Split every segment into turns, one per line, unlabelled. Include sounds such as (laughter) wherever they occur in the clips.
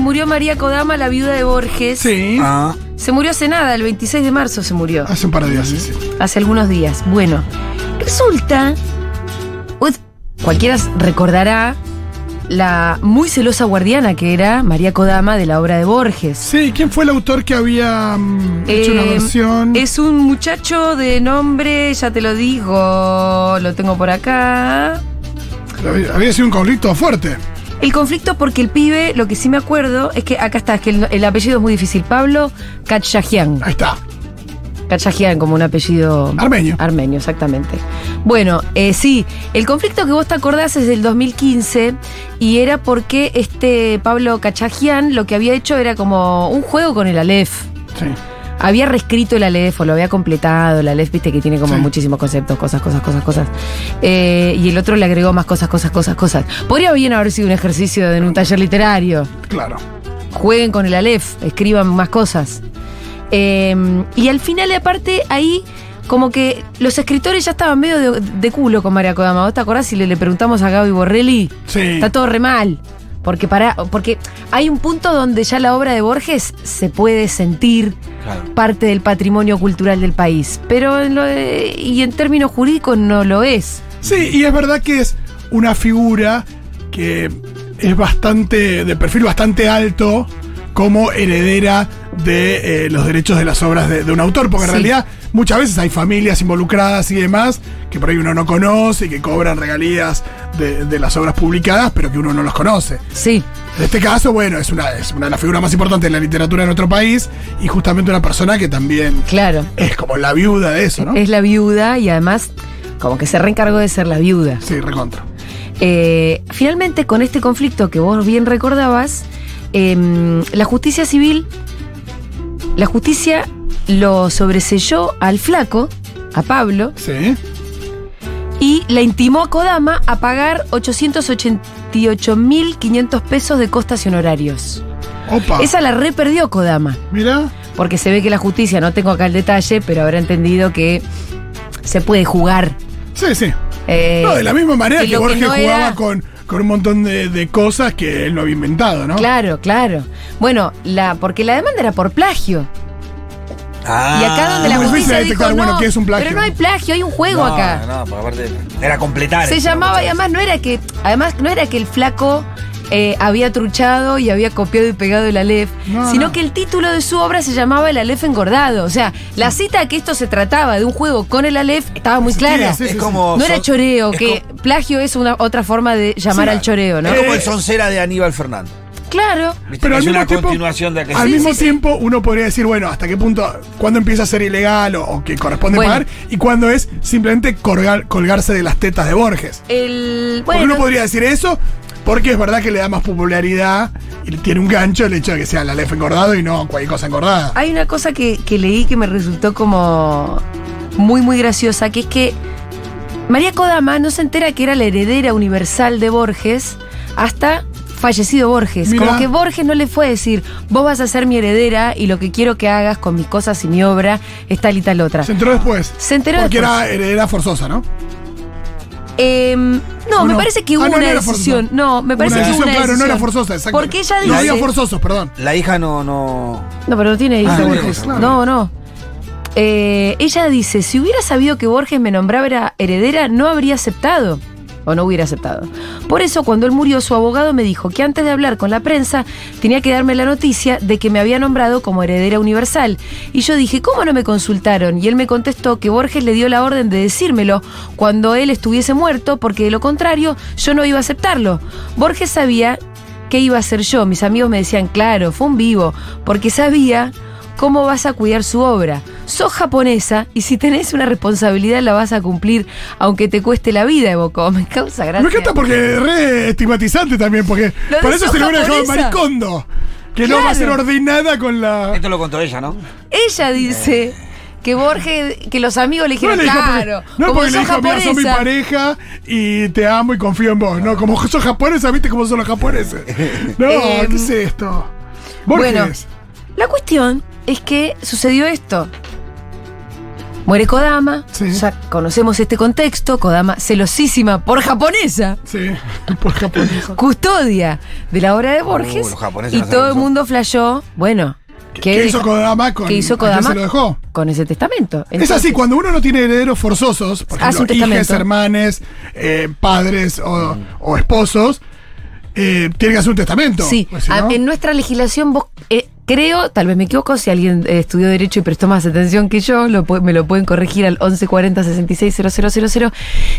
murió María Kodama, la viuda de Borges.
Sí.
Ah,
Se murió hace nada, el 26 de marzo se murió.
Hace un par de días, sí, sí.
Hace algunos días. Bueno, resulta. Pues, Cualquiera recordará la muy celosa guardiana que era María Kodama de la obra de Borges.
Sí, ¿quién fue el autor que había mm, hecho una
Eh,
versión?
Es un muchacho de nombre, ya te lo digo, lo tengo por acá.
Había había sido un conflicto fuerte.
El conflicto porque el pibe, lo que sí me acuerdo, es que acá está, es que el, el apellido es muy difícil. Pablo Kachajian.
Ahí está.
Kachajian como un apellido...
Armenio.
Armenio, exactamente. Bueno, eh, sí, el conflicto que vos te acordás es del 2015 y era porque este Pablo Cachajian lo que había hecho era como un juego con el Aleph.
Sí.
Había reescrito el Aleph o lo había completado. El Aleph, viste que tiene como
Sí.
muchísimos conceptos, cosas, cosas, cosas, cosas. Eh, y el otro le agregó más cosas, cosas, cosas, cosas. Podría bien haber sido un ejercicio en un taller literario
Claro.
jueguen con el Aleph, escriban más cosas. Eh, y al final, aparte, ahí como que los escritores ya estaban medio de, de culo con María Kodama. ¿Vos te acordás si le, le preguntamos a Gaby Borrelli?
Sí.
Está todo re mal. Porque, para, porque hay un punto donde ya la obra de Borges se puede sentir parte del patrimonio cultural del país. Pero en lo de- y en términos jurídicos no lo es.
Sí, y es verdad que es una figura que es bastante, de perfil bastante alto como heredera de eh, los derechos de las obras de, de un autor, porque en
Sí.
realidad muchas veces hay familias involucradas y demás que por ahí uno no conoce y que cobran regalías de, de las obras publicadas, pero que uno no los conoce.
Sí.
En este caso, bueno, es una, es una de las figuras más importantes de la literatura de nuestro país y justamente una persona que también
Claro.
es como la viuda de eso, ¿no?
Es la viuda y además como que se reencargó de ser la viuda.
Sí, recontra.
Eh, finalmente, con este conflicto que vos bien recordabas, em, la justicia civil, la justicia lo sobreselló al flaco, a Pablo,
Sí.
y la intimó a Kodama a pagar 888.500 pesos de costas y honorarios.
Opa.
Esa la re perdió Kodama,
Mira.
porque se ve que la justicia, no tengo acá el detalle, pero habrá entendido que se puede jugar.
Sí, sí.
eh,
No, de la misma manera
que
que
lo que
Borges
no
jugaba
era-
con, con un montón de, de cosas que él no había inventado, ¿no?
Claro, claro. Bueno, la, porque la demanda era por plagio.
Ah.
Y acá donde la
Muy difícil
justicia
de
dijo,
detectar, bueno,
no,
¿qué es un plagio?
pero no hay plagio, hay un juego
No,
acá.
No, porque aparte era completar.
Se
eso,
llamaba y
muchas
además no era que, además no era que el flaco eh, había truchado y había copiado y pegado el Aleph,
No,
sino
no.
que el título de su obra se llamaba El Aleph engordado. O sea, la cita a que esto se trataba de un juego con el Aleph estaba muy
Sí,
clara.
sí,
veces.
sí.
Es como.
No era
son-
choreo,
es
que plagio es una otra forma de llamar
Sí, Eh.
al choreo, ¿no?
como- Es como el soncera de Aníbal Fernández.
Claro.
¿viste?
Pero
Que
al
es
mismo,
una
tiempo,
continuación de aquella.
al
Sí,
mismo
sí, sí.
tiempo uno podría decir, bueno, hasta qué punto, cuándo empieza a ser ilegal o, o que corresponde
Bueno.
pagar y cuándo es simplemente colgar- colgarse de las tetas de Borges.
El,
Porque
bueno,
uno podría decir eso porque es verdad que le da más popularidad y tiene un gancho el hecho de que sea la lef engordado y no cualquier cosa engordada.
Hay una cosa que, que leí que me resultó como muy, muy graciosa, que es que María Kodama no se entera que era la heredera universal de Borges hasta fallecido Borges.
Mirá.
Como que Borges no le fue a decir, vos vas a ser mi heredera y lo que quiero que hagas con mis cosas y mi obra es tal y tal otra.
Se enteró después.
Se enteró
Porque
después.
era heredera forzosa, ¿no?
Em, no,
¿O
me
no?
parece que
Ah,
hubo
no, no
una
era
decisión.
forzosa.
No, me parece
Una
que hubo
decisión,
una
claro,
decisión.
no era forzosa, exacto.
Porque ella dice...
No había forzosos, perdón.
La hija no. no...
No, pero no tiene hija
Ah, no,
Borges.
claro.
No, no. Eh, ella dice, si hubiera sabido que Borges me nombraba era heredera, no habría aceptado. O no hubiera aceptado. Por eso, cuando él murió, su abogado me dijo que antes de hablar con la prensa tenía que darme la noticia de que me había nombrado como heredera universal. Y yo dije, ¿cómo no me consultaron? Y él me contestó que Borges le dio la orden de decírmelo cuando él estuviese muerto, porque de lo contrario yo no iba a aceptarlo. Borges sabía ¿Qué iba a hacer yo? Mis amigos me decían, claro, fue un vivo, porque sabía cómo vas a cuidar su obra. Sos japonesa y si tenés una responsabilidad la vas a cumplir, aunque te cueste la vida, evocó. (laughs) Me causa gracia.
Me encanta porque es re estigmatizante también, porque
Lo de
para eso
soja
se le hubiera dejado en
japonesa.
maricondo. Que no va a ser
Claro.
ordenada con la.
Esto lo contó ella, ¿no?
Ella dice que Borges, que los amigos le
No
dijeron,
le dijo porque-
claro,
no
como
porque le
sos
dijo, mira, sos mi
japonesa.
pareja y te amo y confío en vos. No, como sos japonesa, viste cómo son los japoneses.
(laughs)
No,
Em,
¿qué es esto?
bueno.
Borges.
La cuestión es que sucedió esto. Muere Kodama,
Sí.
o sea, conocemos este contexto, Kodama celosísima por japonesa, (laughs)
Sí, por japonés.
custodia de la obra de Borges,
Uh, los japoneses
y
no
todo
saben
el
eso.
mundo flashó, bueno,
¿Qué, hizo Kodama con
qué hizo
a quién
Kodama?
se lo dejó?
con ese testamento.
Es
Entonces,
así, cuando uno no tiene herederos forzosos, por
Hace un
ejemplo, hijes,
testamento.
hermanes, eh, padres o, o esposos, eh, tiene que hacer un testamento.
Sí,
Pues si
a-
no-
en nuestra legislación vos eh, creo, tal vez me equivoco, si alguien eh, estudió Derecho y prestó más atención que yo, lo pu- me lo pueden corregir al 1140 660000,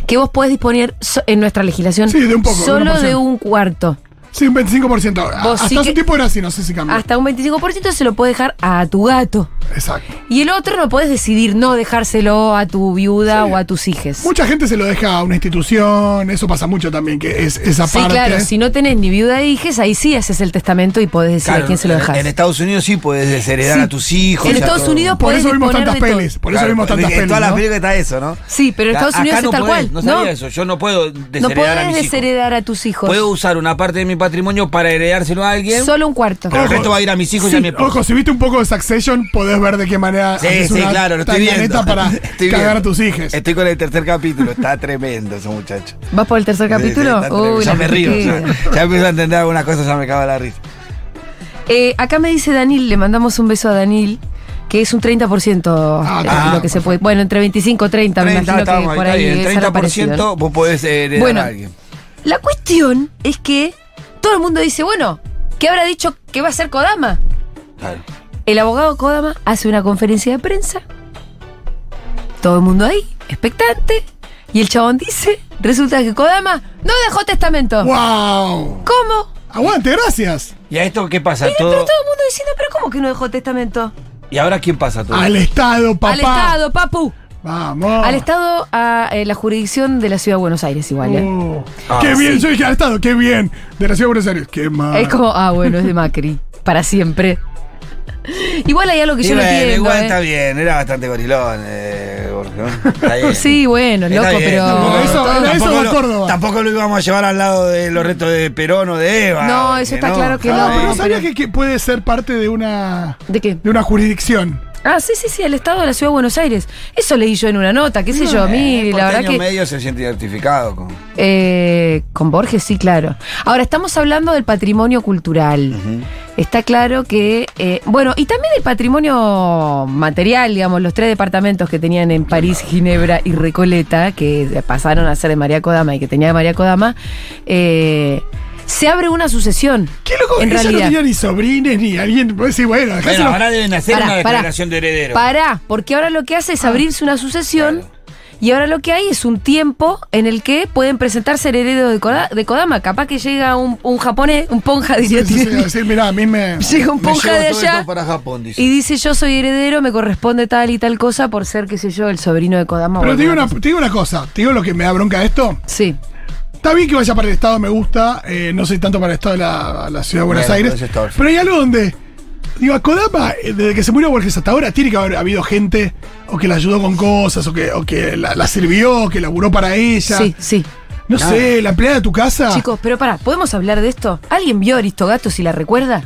que vos podés disponer so- en nuestra legislación
Sí, de un poco,
solo
1%.
de un cuarto.
Sí, un 25%. ahora.
Vos
Hasta
sí
hace
que- Ah.
tiempo era así, no sé si cambió.
Hasta un 25% se lo puede dejar a tu gato.
Exacto.
Y el otro no podés decidir no dejárselo a tu viuda o a tus hijes.
Mucha gente se lo deja a una institución, eso pasa mucho también, que es esa
Sí,
parte.
claro, si no tenés ni viuda ni hijes, ahí sí haces el testamento y podés decir
Claro,
a quién se lo
en-
dejás.
En Estados Unidos sí puedes desheredar
Sí.
a tus hijos.
En
y a
Estados
todo.
Unidos
por
podés
eso vimos
disponer
tantas
de todo.
pelis, por eso
Claro,
vimos
en-
tantas
en
pelis.
todas las
¿no?
películas está eso, ¿no?
Sí, pero en
Acá-
Estados Unidos
acá
es
no
tal
podés,
cual.
No sabía
No.
eso. Yo no puedo
No
desheredar a
podés
mis hijos.
desheredar a tus hijos.
Puedo usar una parte de mi patrimonio para heredárselo a alguien.
Solo un cuarto.
Pero el
Ojo.
resto va a ir a mis hijos y a mi esposa.
Ojo, si viste un poco de Succession, podés ver de qué manera
Sí,
haces
sí,
una
claro, lo estoy viendo.
tanganeta para
(laughs) Estoy
cagar
viendo.
a tus hijos.
Estoy con el tercer capítulo, está tremendo ese muchacho.
¿Vas por el tercer capítulo?
Sí, sí, está
Uy,
tremendo. ya
la
me
gente
río.
queda.
Ya, ya empiezo a entender algunas cosas, ya me cago en la risa.
Eh, acá me dice Danil, le mandamos un beso a Danil, que es un 30%
Ah,
eh,
ah,
lo que se puede. Bueno, entre 25 30, me
30,
imagino
estábamos
que
ahí,
por
está
ahí
bien.
es algo
30%
parecido, ¿no?
vos podés heredar
Bueno.
a alguien.
La cuestión es que todo el mundo dice, bueno, ¿qué habrá dicho que va a ser Kodama?
Claro.
El abogado Kodama hace una conferencia de prensa. Todo el mundo ahí, expectante. Y el chabón dice, resulta que Kodama no dejó testamento.
¡Wow!
¿Cómo?
Aguante, gracias.
¿Y a esto qué pasa?
Pero
Todo,
todo el mundo diciendo, pero ¿cómo que no dejó testamento?
¿Y ahora quién pasa todo?
Ah,
Al Estado, papá.
Al Estado, papu.
Vamos.
Ah.
Al Estado, a eh, la jurisdicción de la Ciudad de Buenos Aires igual. ¿eh?
Oh,
Ah,
qué bien,
sí.
yo dije al Estado, qué bien. De la Ciudad de Buenos Aires, qué mal.
Es como, ah, bueno, es de Macri. Para siempre. Igual hay algo que
Sí,
yo no
bueno,
entiendo.
igual
¿eh?
está bien, era bastante gorilón, eh, Borges,
(laughs)
¿no? Está bien.
Sí, bueno,
Está
loco,
bien,
pero...
tampoco eso-
todo-
era
Tampoco
de
lo-
Córdoba.
Tampoco lo íbamos a llevar al lado de los retos de Perón o de Eva.
No,
porque
eso está claro que
Ah,
no,
pero
pero-
no sabía que, que puede ser parte de una
¿De qué?
de una jurisdicción.
Ah, sí, sí, sí, al Estado de la Ciudad de Buenos Aires. Eso leí yo en una nota, qué sé yo, a mí,
El
la verdad
porteño
que...
medio se siente identificado con.
Eh, con Borges, sí, claro. Ahora, estamos hablando del patrimonio cultural. Está claro que, eh, bueno, y también del patrimonio material, digamos, los tres departamentos que tenían en París, Ginebra y Recoleta, que pasaron a ser de María Kodama y que tenía de María Kodama, eh, se abre una sucesión.
Qué loco,
En
ella no
realidad.
tenía ni sobrines ni alguien. Pues sí, bueno,
Bueno,
dejáselo. (laughs)
ahora deben hacer
Pará,
una
pará.
declaración de heredero. Ah,
Pará, porque ahora lo que hace es abrirse una sucesión.
Claro.
Y ahora lo que hay es un tiempo en el que pueden presentarse herederos de, Koda- de Kodama. Capaz que llega un, un japonés, un ponja, diría
Sí, sí,
Tinelli.
sí, mirá, a mí me.
(laughs) Llega un
Me
ponja
llevo
de
todo esto
allá
para Japón, dice.
y dice yo soy heredero, me corresponde tal y tal cosa por ser, qué sé yo, el sobrino de Kodama. o
Pero te digo,
alguna
una, te digo una cosa, te digo lo que me da bronca de esto.
cosa. Sí.
Está bien que vaya para el Estado, me gusta. eh, no soy tanto para el Estado de la, la Ciudad de Buenos
Bueno,
Aires.
entonces está bien.
Pero hay algo donde. Digo, a Kodama, eh, desde que se murió Borges hasta ahora, tiene que haber habido gente o que la ayudó con cosas, o que, o que la, la sirvió, o que laburó para ella.
Sí, sí.
No
Nada.
sé, la empleada de tu casa.
Chicos, pero pará, ¿podemos hablar de esto? ¿Alguien vio a Aristogato si la recuerda?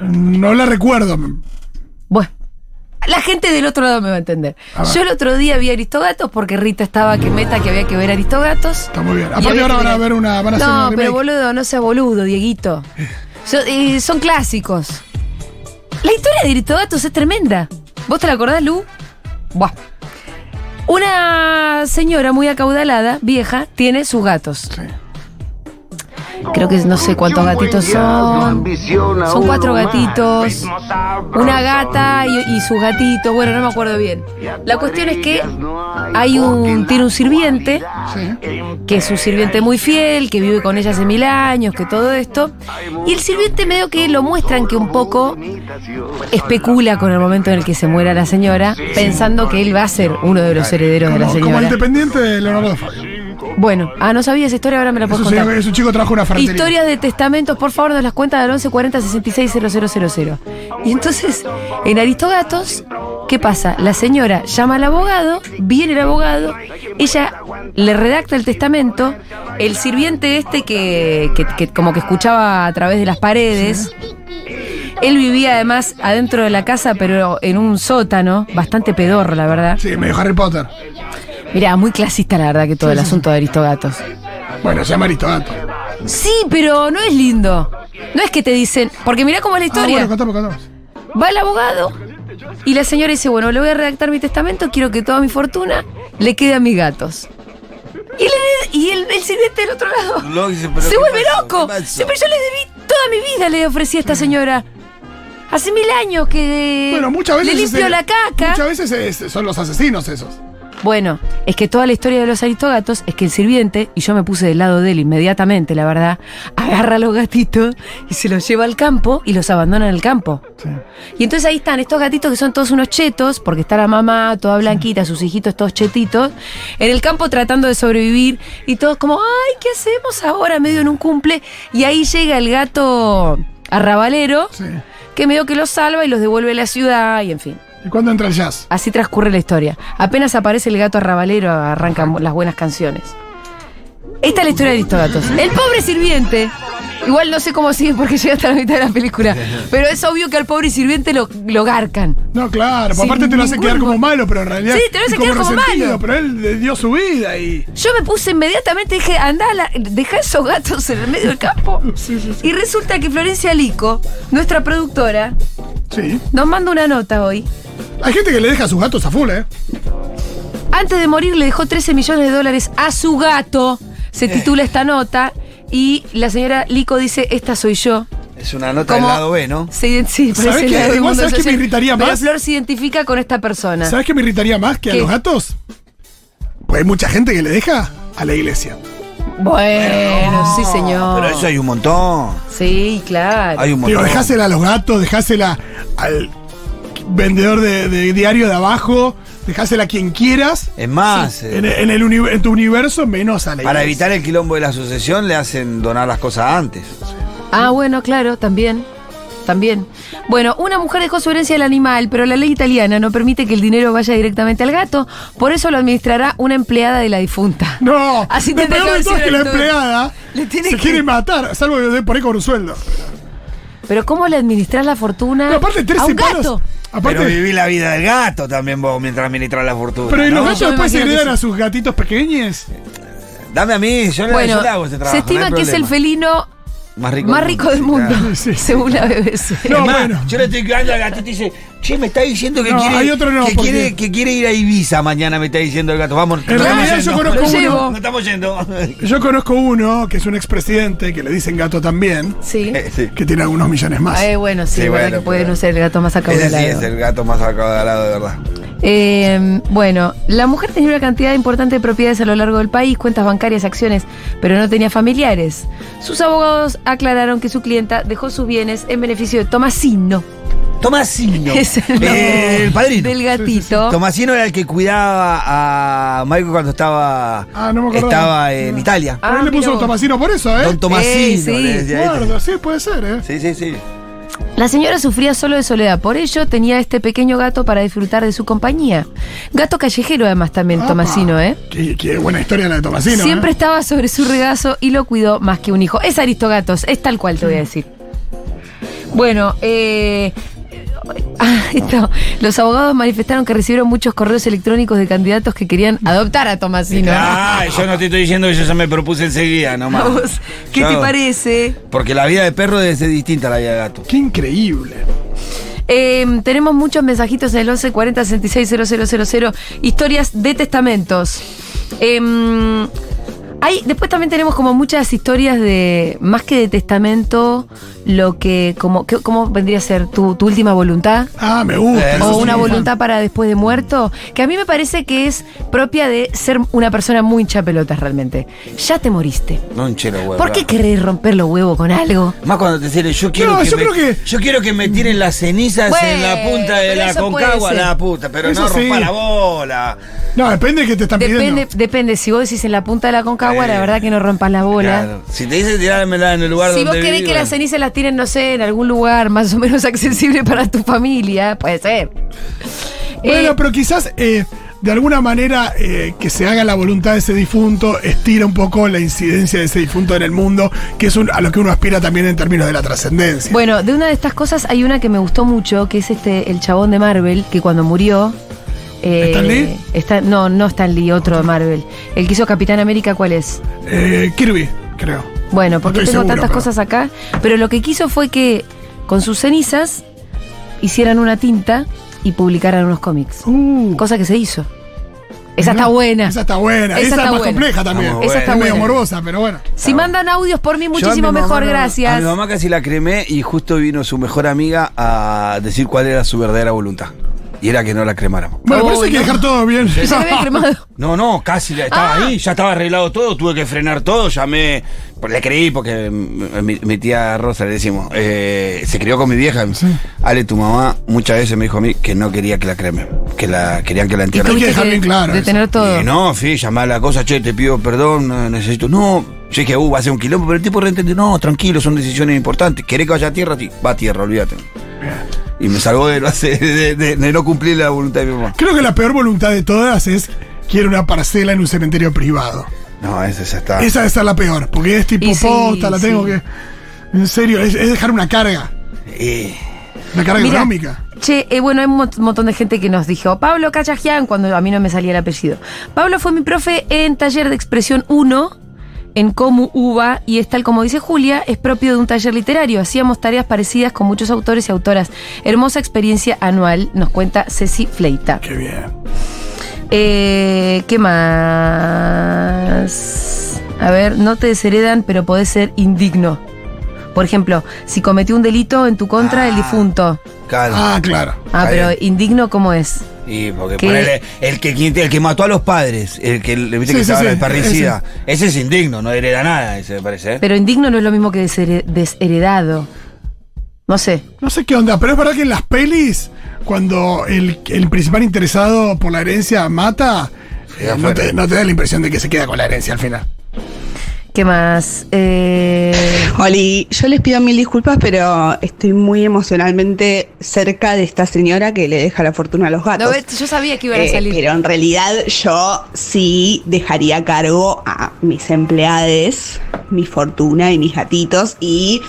No la recuerdo.
Bueno. La gente del otro lado me va a entender.
A ver.
Yo el otro día vi Aristogatos porque Rita estaba que meta que había que ver Aristogatos.
Está muy bien.
Y
Aparte
había
ahora
que
van a
ver-
ver una. Van a hacer
No,
una
pero
remake.
boludo, no sea boludo, Dieguito. Son, eh, son clásicos. La historia de Aristogatos es tremenda. ¿Vos te la acordás, Lu? Buah. Una señora muy acaudalada, vieja, tiene sus gatos.
Sí.
Creo que no sé cuántos gatitos son. Son cuatro gatitos. Una gata y, y sus gatitos. Bueno, no me acuerdo bien. La cuestión es que hay un, tiene un sirviente que es un sirviente muy fiel, que vive con ella hace mil años, que todo esto. Y el sirviente medio que lo muestran que un poco especula con el momento en el que se muera la señora, pensando que él va a ser uno de los herederos de la
Como, como el
señora.
dependiente de Leonardo Fabio.
Bueno, ah, no sabía esa historia, ahora me la
Es
puedo
un,
contar.
chico- es un chico que trabaja en una ferretería.
Historias de testamentos, por favor, nos las cuenta al 1140 66 000. Y entonces, en Aristogatos, ¿qué pasa? La señora llama al abogado, viene el abogado, ella le redacta el testamento, el sirviente este que, que- que como que escuchaba a través de las paredes, Él vivía además adentro de la casa, pero en un sótano, bastante pedorro, la verdad.
Sí, medio Harry Potter.
Mirá, muy clasista la verdad que todo el asunto de Aristogatos.
Bueno, ah, se llama Aristogato.
Sí, pero no es lindo. No es que te dicen, porque mirá cómo es la
Ah,
historia.
bueno, contamos, contamos.
Va el abogado y la señora dice, bueno, le voy a redactar mi testamento, quiero que toda mi fortuna le quede a mis gatos. Y, él, y el, el sirviente del otro lado
Lo dice, pero
se
¿qué
vuelve
pasó?
loco.
¿Qué pasó?
Sí, pero yo le debí toda mi vida, le ofrecí a esta señora. Hace mil años que
Bueno, muchas veces.
Eh, le limpio
ese-
la caca.
Muchas veces es- son los asesinos esos.
Bueno, es que toda la historia de los aristogatos es que el sirviente, y yo me puse del lado de él inmediatamente, la verdad, (laughs) agarra a los gatitos y se los lleva al campo y los abandona en el campo. Y entonces ahí están estos gatitos que son todos unos chetos, porque está la mamá toda blanquita, sus hijitos todos chetitos, en el campo tratando de sobrevivir y todos como, ay, ¿qué hacemos ahora? Medio en un cumple. Y ahí llega el gato arrabalero,
Sí.
que medio que los salva y los devuelve a la ciudad y en fin.
¿Y cuándo entra el jazz?
Así transcurre la historia. Apenas aparece el gato arrabalero, arrancan las buenas canciones. Esta es la historia de Aristógatos. El pobre sirviente. Igual no sé cómo sigue porque llega hasta la mitad de la película. Pero es obvio que al pobre sirviente lo, lo garcan.
No, claro,
Sin
porque aparte te lo hace
ningún
quedar como
mo-
malo, pero en realidad.
Sí, te lo hace
y como
quedar como
resentido,
malo.
Pero él le dio su vida y.
Yo me puse inmediatamente, dije, andá, a la- dejá esos gatos en el medio del campo. Y resulta que Florencia Lico, nuestra productora,
Sí.
nos manda una nota hoy.
Hay gente que le deja a sus gatos a full, ¿eh?
Antes de morir le dejó 13 millones de dólares a su gato. Se titula esta nota. Y la señora Lico dice, esta soy yo.
Es una nota
Como-
del lado B, ¿no?
Se ident- sí,
¿Sabés
parece
qué?
la de
Igual,
Mundo
¿sabés qué me
Social.
irritaría
Pero
más?
Flor se identifica con esta persona.
¿Sabes qué me irritaría más que
Ah. ¿Qué?
a los gatos? Pues hay mucha gente que le deja a la iglesia.
Bueno, sí, señor.
Pero eso hay un montón.
Sí, claro.
Hay un montón.
Digo, dejásela a los gatos, dejásela al vendedor de, de diario de abajo, dejásela a quien quieras.
Es más, eh,
En, en el uni- en tu universo, menos a la
para
iglesia.
evitar el quilombo de la sucesión le hacen donar las cosas antes.
Ah, bueno, claro, también. También. Bueno, una mujer dejó su herencia al animal, pero la ley italiana no permite que el dinero vaya directamente al gato. Por eso lo administrará una empleada de la difunta.
No,
Así
lo
te
peor
dejo
de todo es
decir
que la
esto.
empleada
Le tiene
se
que-
quiere matar, salvo que dé por ahí con un sueldo.
Pero ¿cómo le administras la fortuna
Pero aparte,
a
13
un
palos.
gato?
Aparte,
Pero
pero,
viví la vida del gato también vos mientras administras la fortuna.
y
¿no?
No,
los gatos
yo me
después se
imagino que
heredan
sí.
a sus gatitos pequeños.
Dame a mí, yo, le- yo
Bueno,
le hago este trabajo.
se
no hay
estima que es el
problema.
felino
más rico,
más rico del mundo,
claro.
Sí, sí.
según la BBC.
No,
Es más,
bueno.
Yo le estoy cuidando al gatito y dice, che, me está diciendo que,
No,
quiere,
hay otro no,
que,
porque-
quiere, que quiere ir a Ibiza mañana, me está diciendo el gato. Vamos.
En
no
realidad
estamos
yo
yendo.
conozco
Lo llevo.
uno,
No estamos yendo.
(laughs)
yo conozco uno que es un expresidente, que le dicen gato también,
Sí.
sí.
que tiene algunos millones más.
Eh, bueno, sí,
Eh, Sí,
es verdad
bueno,
que puede
pero-
no ser el gato más
Ese sí
acaudalado.
es el gato más sacado de lado, de verdad.
Eh, bueno, la mujer tenía una cantidad importante de propiedades a lo largo del país, cuentas bancarias, acciones, pero no tenía familiares. Sus abogados aclararon que su clienta dejó sus bienes en beneficio de Tomasino, (laughs)
Tomasino.
Es el
Eh, el,
nombre
padrino.
del gatito.
Tomasino era el que cuidaba a Michael cuando estaba,
Ah, no me acordaba.
estaba en
No.
Italia.
Pero
Ah,
él le
mira
puso
vos.
Tomasino por eso, ¿eh?
Don Tomasino.
Eh, sí.
le decía este.
Guarda, sí, puede ser, ¿eh?
Sí, sí, sí.
La señora sufría solo de soledad, por ello tenía este pequeño gato para disfrutar de su compañía. Gato callejero además también,
Apa.
Tomasino, ¿eh?
Qué, qué buena historia la de Tomasino.
Siempre
¿eh?
estaba sobre su regazo y lo cuidó más que un hijo. Es Aristogatos, es tal cual te voy a decir. Bueno, eh, (laughs) ah, esto. los abogados manifestaron que recibieron muchos correos electrónicos de candidatos que querían adoptar a Tomasino.
Ah, yo no te estoy diciendo que yo ya me propuse enseguida, nomás.
(laughs) A vos, ¿Qué te
Yo-
parece?
Porque la vida de perro es distinta a la vida de gato.
Qué increíble.
Eh, tenemos muchos mensajitos en el 11 40 66 000, historias de testamentos. Em, hay, después también tenemos como muchas historias de, más que de testamento, lo que, como, que- ¿cómo vendría a ser tu, tu última voluntad?
Ah, me gusta.
Eh,
eso
O
sí,
una
fan.
voluntad para después de muerto, que a mí me parece que es propia de ser una persona muy hincha pelotas realmente. Ya te moriste.
No hinché los huevos.
¿Por qué querés romper los huevos con algo?
Más cuando te dicen, yo quiero,
No,
que,
yo
me,
creo que-
yo quiero que me tiren las cenizas en la
Bueno,
punta de
pero
la
eso puede
concagua,
ser.
la puta, pero
Eso
no
sí.
rompa la bola.
No, depende de qué te están
Depende,
pidiendo.
depende, si vos decís en la punta de la concagua,
Eh,
la verdad que no rompas la bola.
Claro. Si te dicen tirármela en el lugar
Si vos
donde
querés
vivo,
que las
bueno.
cenizas las tiren, no sé, en algún lugar más (laughs) o menos accesible para tu familia, puede ser. Eh,
Bueno, pero quizás eh, de alguna manera eh, que se haga la voluntad de ese difunto estira un poco la incidencia de ese difunto en el mundo, que es un- a lo que uno aspira también en términos de la trascendencia.
Bueno, de una de estas cosas hay una que me gustó mucho, que es este el chabón de Marvel, que cuando murió. eh,
¿Stan Lee?
está- no, no Stan Lee, otro de Marvel. El que hizo Capitán América, ¿cuál es?
Eh, Kirby, creo.
Bueno, porque
Estoy
tengo
seguro,
tantas
pero-
cosas acá. Pero lo que quiso fue que con sus cenizas hicieran una tinta y publicaran unos cómics. Cosa que se hizo. Esa
Uh. Mirá,
está buena.
Esa está buena.
Esa
Esa,
está
es más
buena.
compleja también.
Vamos, Esa está
es medio
buena.
morbosa, pero bueno.
Si mandan audios por mí,
Yo a mi
muchísimo
mamá
mejor,
no- A
gracias.
mi mamá casi la cremé y justo vino su mejor amiga a decir cuál era su verdadera voluntad. Y era que no la cremáramos.
Bueno, por
Uy,
eso hay que
no.
dejar todo
(laughs)
bien.
Se
(laughs)
la había cremado.
No, no, casi la- estaba
Ah.
ahí, ya estaba arreglado todo, tuve que frenar todo, llamé, le creí porque mm, mi, mi tía Rosa le decimos, eh, se crió con mi vieja. Ale, tu mamá muchas veces me dijo a mí que no quería que la creme, que la querían que la
Y
entierren.
tuviste
que dejar bien claro
de
eso.
tener todo.
Y no, sí, llamá a la cosa, che, te pido perdón, no, necesito. No, yo dije, uh, va a ser un quilombo, pero el tipo reentende, no, tranquilo, son decisiones importantes. ¿Querés que vaya a tierra? Sí, va a tierra, olvídate. Y me salvó de, no hacer- de- de- de no cumplir la voluntad de mi mamá.
Creo que la peor voluntad de todas es quiero una parcela en un cementerio privado.
No, esa ya está.
Esa debe ser la peor, porque es tipo
Y sí,
posta, la tengo
sí.
que. En serio, es, es dejar una carga,
Eh,
una carga
Mira,
económica.
Che, eh, bueno, hay un mont- montón de gente que nos dijo, Pablo Cachajian, cuando a mí no me salía el apellido. Pablo fue mi profe en taller de expresión 1, en Comu Uva, y es tal como dice Julia, es propio de un taller literario. Hacíamos tareas parecidas con muchos autores y autoras. Hermosa experiencia anual, nos cuenta Ceci Fleita.
Qué bien.
Eh, ¿Qué más? A ver, no te desheredan, pero podés ser indigno. Por ejemplo, si cometió un delito en tu contra, el
Ah.
difunto.
claro.
Ah, claro.
Ah,
Está
pero
bien.
indigno, ¿cómo es?
Y porque
¿Qué?
ponele, el que el que mató a los padres, el que le viste
Sí,
que
sí,
estaba
sí,
el parricida, ese. es indigno, no hereda nada, ese me parece. ¿eh?
Pero indigno no es lo mismo que deshere- desheredado. No sé.
No sé qué onda, pero es verdad que en las pelis, cuando el, el principal interesado por la herencia mata,
Queda
eh, no,
fuera.
te, no te da la impresión de que se queda con la herencia al final.
¿Qué más? Eh,
Oli, yo les pido mil disculpas, pero estoy muy emocionalmente cerca de esta señora que le deja la fortuna a los gatos.
no, ves, yo sabía que iban a
Ah, Eh,
salir.
pero en realidad yo sí dejaría a cargo a mis empleades, mi fortuna y mis gatitos y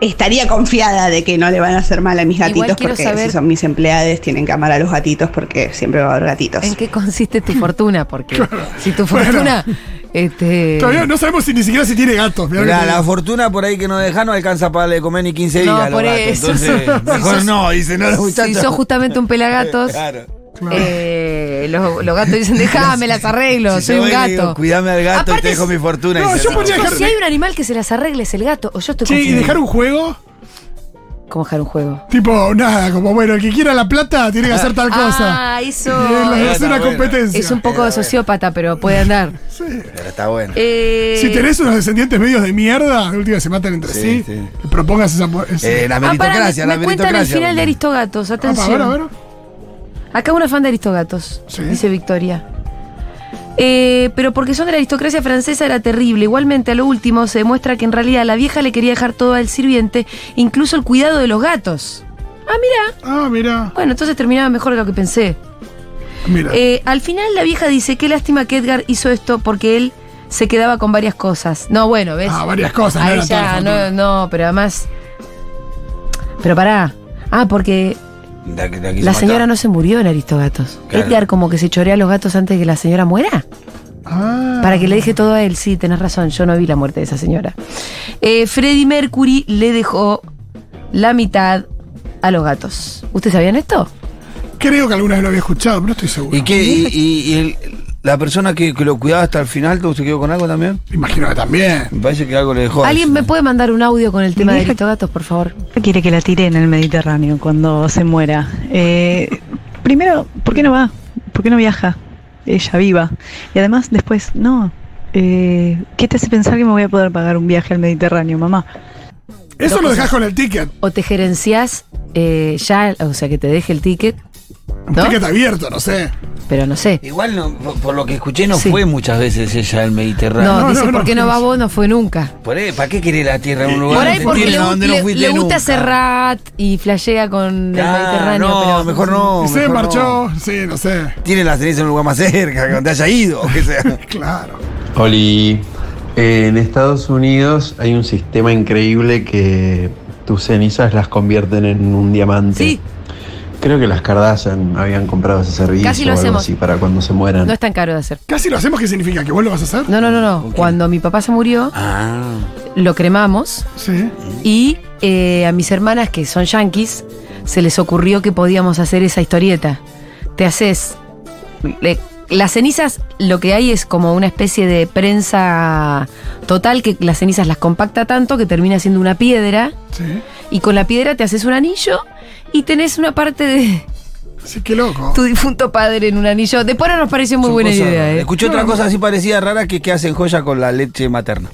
estaría confiada de que no le van a hacer mal a mis
Igual
gatitos
quiero
porque
saber-
si son mis empleades tienen que amar a los gatitos porque siempre va a haber gatitos.
¿En qué consiste tu fortuna? Porque si tu fortuna. Este,
Todavía no sabemos si ni siquiera si tiene gatos. mirá lo
Mirá,
que te
la
digo.
fortuna por ahí que no deja no alcanza para darle de comer ni 15
No,
días a los
por
gatos.
eso. (laughs)
Entonces, mejor no, dice, no, los
si
muchachos.
sos justamente un pelagatos,
Claro.
eh, los, los gatos dicen: Déjame, las arreglo,
Si
soy
yo
un
voy y le digo,
gato.
Cuidame al gato y
Aparte
te dejo
es-
mi fortuna.
No,
dice,
yo ponía-
Chicos, si hay un animal que se las arregle es el gato, o yo estoy
Che, y
confundida.
dejar un juego,
¿Cómo dejar un juego?
tipo, nada, como bueno, el que quiera la plata tiene que hacer tal cosa.
Ah, eso.
Y es Eh, la- es
Está
una
buena.
competencia.
Es un poco sociópata, pero puede andar.
(laughs) Sí.
Pero está bueno.
Eh,
Si tenés unos descendientes medios de mierda, de última se matan entre sí.
Sí, sí.
que Propongas esa. mu- esa-
Eh, la
ah, pará,
meritocracia,
me,
la
me cuentan el
meritocracia.
final de
ponía.
Aristogatos,
Ah, pa, a ver,
atención.
a ver.
Acá una fan de Aristogatos,
Sí.
dice Victoria. Eh, pero porque son de la aristocracia francesa era terrible. Igualmente, a lo último se demuestra que en realidad la vieja le quería dejar todo al sirviente, incluso el cuidado de los gatos. Ah, mira.
Ah, mira.
Bueno, entonces terminaba mejor de lo que pensé.
Mira.
Eh, al final la vieja dice, qué lástima que Edgar hizo esto porque él se quedaba con varias cosas. No, bueno, ¿ves?
Ah, varias cosas, no
A
era toda la
ella,
fortuna.
no, no, pero además... Pero pará. Ah, porque
La, que- que
la
se
señora
mató.
no se murió en Aristogatos.
Claro.
Edgar como que se chorea a los gatos antes de que la señora muera.
Ah.
Para que le deje todo a él. Sí, tenés razón, yo no vi la muerte de esa señora. Eh, Freddie Mercury le dejó la mitad a los gatos. ¿Ustedes sabían esto?
Creo que alguna vez lo había escuchado, pero no estoy seguro.
¿Y
(laughs)
qué? ¿Y, y- y el- la persona que, que lo cuidaba hasta el final se quedó con algo también?
Imagino que también.
Me parece que algo le dejó. a
¿Alguien
ese.
me puede mandar un audio con el tema de
Mira.
Aristogatos, por favor?
Quiere que la tire en el Mediterráneo cuando se muera. Eh, primero, ¿por qué no va? ¿Por qué no viaja? Ella viva. Y además, después, no. Eh, ¿Qué te hace pensar que me voy a poder pagar un viaje al Mediterráneo, mamá?
Eso
Dos
lo
cosas.
dejás con el ticket.
eh, o te gerencias ya, o sea, que te deje el ticket,
Un
¿No?
ticket abierto, no sé.
Pero no sé.
Igual, no, por- por lo que escuché, no
Sí.
fue muchas veces ella al Mediterráneo.
No,
no,
dice,
no,
¿por
no.
qué no va vos? No fue nunca.
Por ahí, ¿Para qué querer la tierra en un lugar?
Por ahí
donde
porque le,
tiene- donde no
le-
fuiste
le gusta
nunca?
Serrat y flashea con
Claro,
el Mediterráneo.
no,
pero
mejor no.
Y se
mejor
marchó,
no.
sí, no sé.
Tiene la ceniza en un lugar más cerca, que donde haya ido. o que sea.
Claro.
Oli, en Estados Unidos hay un sistema increíble que tus cenizas las convierten en un diamante.
Sí,
Creo que las Kardashian habían comprado ese servicio
Casi lo
o algo
hacemos.
así para cuando se mueran.
no es tan caro de hacer.
Casi lo hacemos, ¿qué significa? ¿Que vos lo vas a hacer?
No, no, no, no. Cuando mi papá se murió,
(laughs) Ah,
lo cremamos
Sí.
y eh, a mis hermanas, que son yanquis, se les ocurrió que podíamos hacer esa historieta. Te haces. le- las cenizas, lo que hay es como una especie de prensa total que las cenizas las compacta tanto que termina siendo una piedra.
Sí.
Y con la piedra te haces un anillo y tenés una parte de,
Sí, qué loco.
tu difunto padre en un anillo. Después no nos pareció muy
son
buena
cosas-
idea, ¿eh?
Escuché otra cosa así parecida rara que, que hacen joya con la leche materna.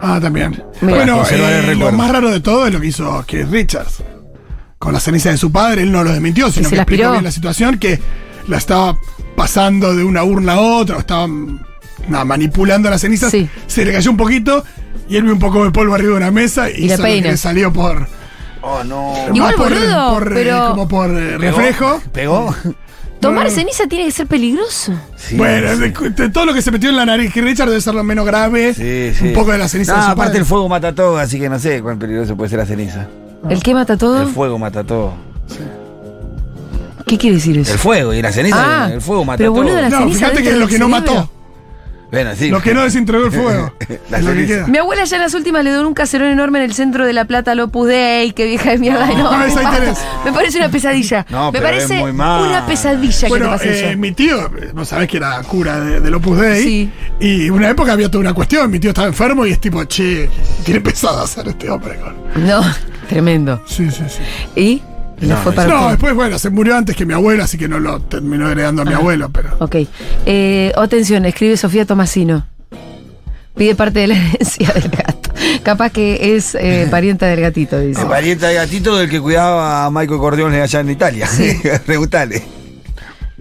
Ah, también.
Mira.
Bueno,
Conservar el
eh, lo
recuerdo.
más raro de todo es lo que hizo Keith Richards. Con la ceniza de su padre, él no lo desmintió, sino
se
que
la
explicó
aspiró.
bien la situación, que la estaba pasando de una urna a otra, o estaban nada, manipulando las cenizas.
Sí.
Se le cayó un poquito y él vio un poco de polvo arriba de una mesa y,
Y la
hizo lo que
peina.
le salió por.
Oh, no.
Igual,
más por,
boludo,
por, eh,
pero-
como por eh, reflejo.
¿Pegó?
Tomar
Mm.
No, no.
ceniza tiene que ser peligroso.
(laughs) Sí,
bueno,
sí.
de, de todo lo que se metió en la nariz, Keith Richards debe ser lo menos grave.
Sí, sí.
Un poco de la ceniza
No,
de su
aparte
padre.
el fuego mata todo, así que no sé cuán peligroso puede ser la ceniza.
Ah. ¿El que mata todo?
El fuego mata todo.
¿Qué quiere decir eso?
El fuego y la ceniza,
Ah,
el fuego mata
pero
todo.
boludo, la-
No,
ceniza
fíjate que
dentro
es lo
del
que no
cerebro.
mató.
Bueno, sí.
Lo que no
(laughs)
desintegró el fuego.
La
es lo que
ceniza.
queda.
Mi abuela ya en las últimas le donó un caserón enorme en el centro de La Plata al Opus Dei. ¡Qué vieja de
Ah,
mierda! No,
No, esa
me,
interés.
pasa. Me parece una pesadilla.
No,
me
pero
parece
es muy mal.
una pesadilla que
Bueno,
te pase
eh,
eso.
mi tío, eh, vos sabés que era cura de- del Opus Dei.
Sí.
Y una época había toda una cuestión. Mi tío estaba enfermo y es tipo, che, tiene pesado hacer este hombre. con-
No, tremendo.
Sí, sí, sí.
¿Y? No, fue para
No,
todo.
después, bueno, se murió antes que mi abuelo, así que no lo terminó heredando a
Ah.
mi abuelo, pero.
Ok. Eh, oh, atención, escribe Sofía Tomasino. Pide parte de la herencia del gato. Capaz que es
(laughs)
eh, parienta del gatito, dice.
El pariente de gatito del que cuidaba a Michael Corleone allá en Italia. (laughs) Preguntale.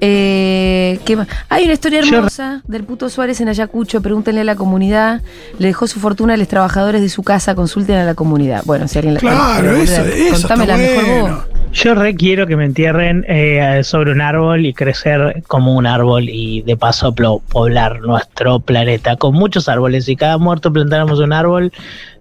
Eh, ¿qué más? Hay una historia hermosa del puto Suárez en Ayacucho. Pregúntenle a la comunidad. Le dejó su fortuna a los trabajadores de su casa. Consulten a la comunidad. Bueno, si alguien la
Claro,
la-
eso, eso.
Contame la
está
mejor
bueno.
vos.
Yo re quiero que me entierren eh, sobre un árbol y crecer como un árbol y de paso plo- poblar nuestro planeta con muchos árboles. Si cada muerto plantáramos un árbol,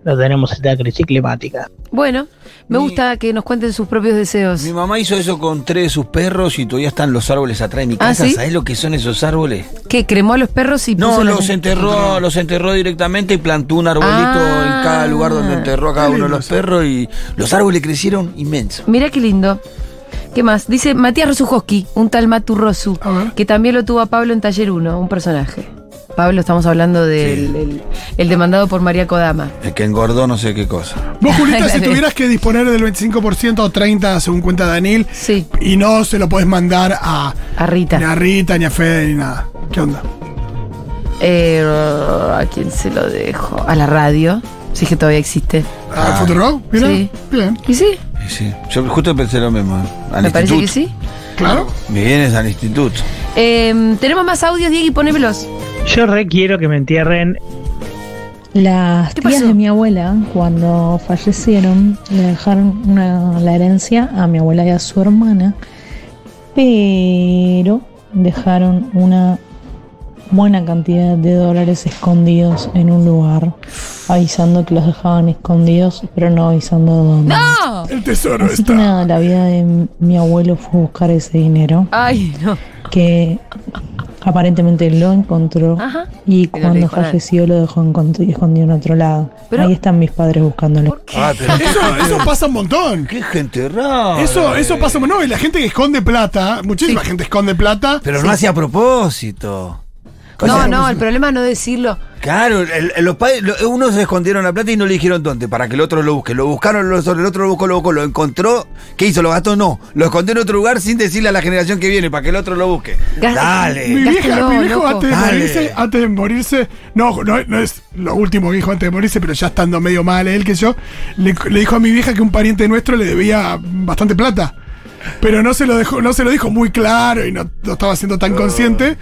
no tenemos esta crisis climática.
Bueno, me
Mi-
gusta que nos cuenten sus propios deseos.
Mi mamá hizo eso con tres de sus perros y todavía están los árboles atrás de mi
¿Ah,
casa.
sí?
¿Sabés lo que son esos árboles?
¿Qué? ¿Cremó a los perros y
No,
puso
los enterró, los enterró directamente y plantó un arbolito
Ah.
en cada lugar donde enterró a cada uno de los perros y los árboles crecieron inmensos.
Mirá qué lindo. ¿Qué más? Dice Matías Rosujoski, un tal Matu Rosu,
A ver.
que también lo tuvo a Pablo en Taller 1, un personaje. Pablo, estamos hablando del el- el demandado por María Kodama.
El que engordó no sé qué cosa.
Vos,
(laughs)
Julita, si
Dale.
tuvieras que disponer del 25% o 30%, según cuenta Daniel,
Sí,
y no se lo podés mandar a,
a Rita.
ni a Rita, ni a Fede, ni nada. ¿Qué onda?
Eh, ¿A quién se lo dejo? A la radio. Sí que todavía existe.
¿A Futurock? Mira.
Sí.
Bien.
¿Y sí?
Y Sí, yo justo pensé lo mismo. ¿eh? Al
me parece que
instituto.
sí.
Claro.
Me vienes al instituto.
Eh, Tenemos más audios, Diego, y ponémelos.
Yo re quiero que me entierren
Las
¿Qué
tías
pasó?
de mi abuela, cuando fallecieron, le dejaron una, la herencia a mi abuela y a su hermana, pero dejaron una buena cantidad de dólares escondidos en un lugar, avisando que los dejaban escondidos, pero no avisando dónde.
¡No!
El tesoro
Así que
está.
nada, la vida de mi abuelo fue buscar ese dinero,
Ay, no.
que aparentemente lo encontró.
Ajá.
Y
Pero le
cuando
dijo nada.
falleció lo dejó encont- escondido en otro lado.
Pero-
Ahí están mis padres buscándolo.
Ah, pero qué,
Eso, eso pasa un montón.
qué gente rara.
Eso,
eh.
eso pasa. No, y la gente que esconde plata, muchísima gente esconde plata.
Pero no hacía a propósito.
No, no, el problema es no decirlo.
Claro, el- el- los padres, lo- unos se escondieron la plata y no le dijeron dónde, para que el otro lo busque. Lo buscaron, los- el otro lo buscó, lo buscó, lo encontró. ¿Qué hizo? ¿Lo gastó? No. Lo escondió en otro lugar sin decirle a la generación que viene, para que el otro lo busque.
Gas-
mi
Dale.
Gas-
vieja,
Gástelo,
mi viejo
loco.
antes de
Dale.
morirse, antes de morirse, no, no, no es lo último que dijo antes de morirse, pero ya estando medio mal él que yo, le, le dijo a mi vieja que un pariente nuestro le debía bastante plata. pero no se lo dejó, no se lo dijo muy claro y no, no estaba siendo tan consciente.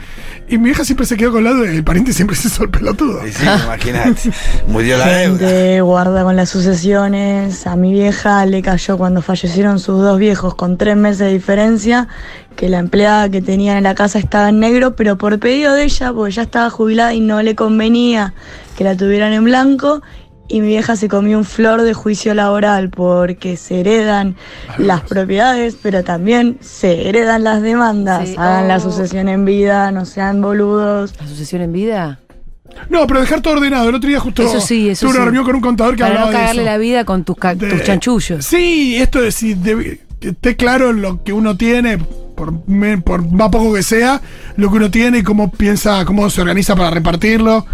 Y mi hija siempre se quedó con la duda, y el pariente siempre se hizo el pelotudo.
Y sí, imagínate. Murió la deuda.
Gente, guarda con las sucesiones. A mi vieja le cayó cuando fallecieron sus dos viejos con tres meses de diferencia, que la empleada que tenían en la casa estaba en negro, pero por pedido de ella, porque ya estaba jubilada y no le convenía que la tuvieran en blanco. Y mi vieja se comió un flor de juicio laboral porque se heredan las propiedades, pero también se heredan las demandas.
Sí,
Hagan
oh.
la sucesión en vida, no sean boludos.
¿La sucesión en vida?
No, pero dejar todo ordenado. El otro día justo
Eso sí, eso
tuve una
sí.
reunión con un contador que
Para no
hablaba de
cagarle
eso.
la vida con tus, ca-
De-
tus chanchullos.
Sí, esto de si debe- que esté claro lo que uno tiene, por, me- por más poco que sea, lo que uno tiene y cómo piensa, cómo se organiza para repartirlo,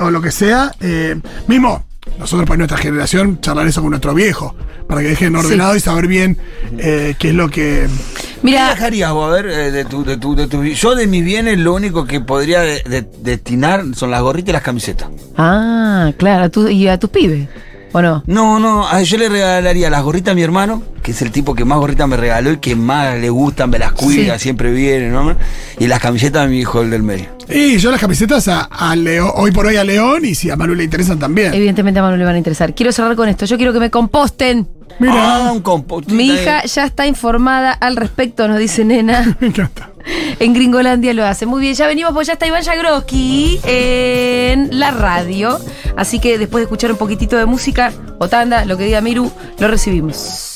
o lo que sea. Eh, mismo, nosotros para nuestra generación, charlar eso con nuestro viejo, para que dejen ordenado y saber bien eh, qué es lo que...
¿Qué
Mira,
dejarías vos? A ver, eh, de tu, de tu, de tu- Yo de mis bienes lo único que podría de- de- destinar son las gorritas y las camisetas.
ah, claro, a tu- y a tus pibes, ¿o no?
No, no, a- yo le regalaría las gorritas a mi hermano, que es el tipo que más gorritas me regaló y que más le gustan, me las cuida,
Sí.
siempre viene, ¿no? Y las camisetas a mi hijo, el del medio.
Y yo las camisetas a, a Leo- hoy por hoy a León y si a Manu le interesan también.
Evidentemente a Manu le van a interesar. Quiero cerrar con esto. Yo quiero que me composten.
Mira,
Ah, un compost.
Mi hija ya está informada al respecto, nos dice nena.
(laughs) me encanta.
En Gringolandia lo hace. Muy bien, ya venimos, pues ya está Iván Yagroski en la radio. Así que después de escuchar un poquitito de música o tanda, lo que diga Miru, lo recibimos.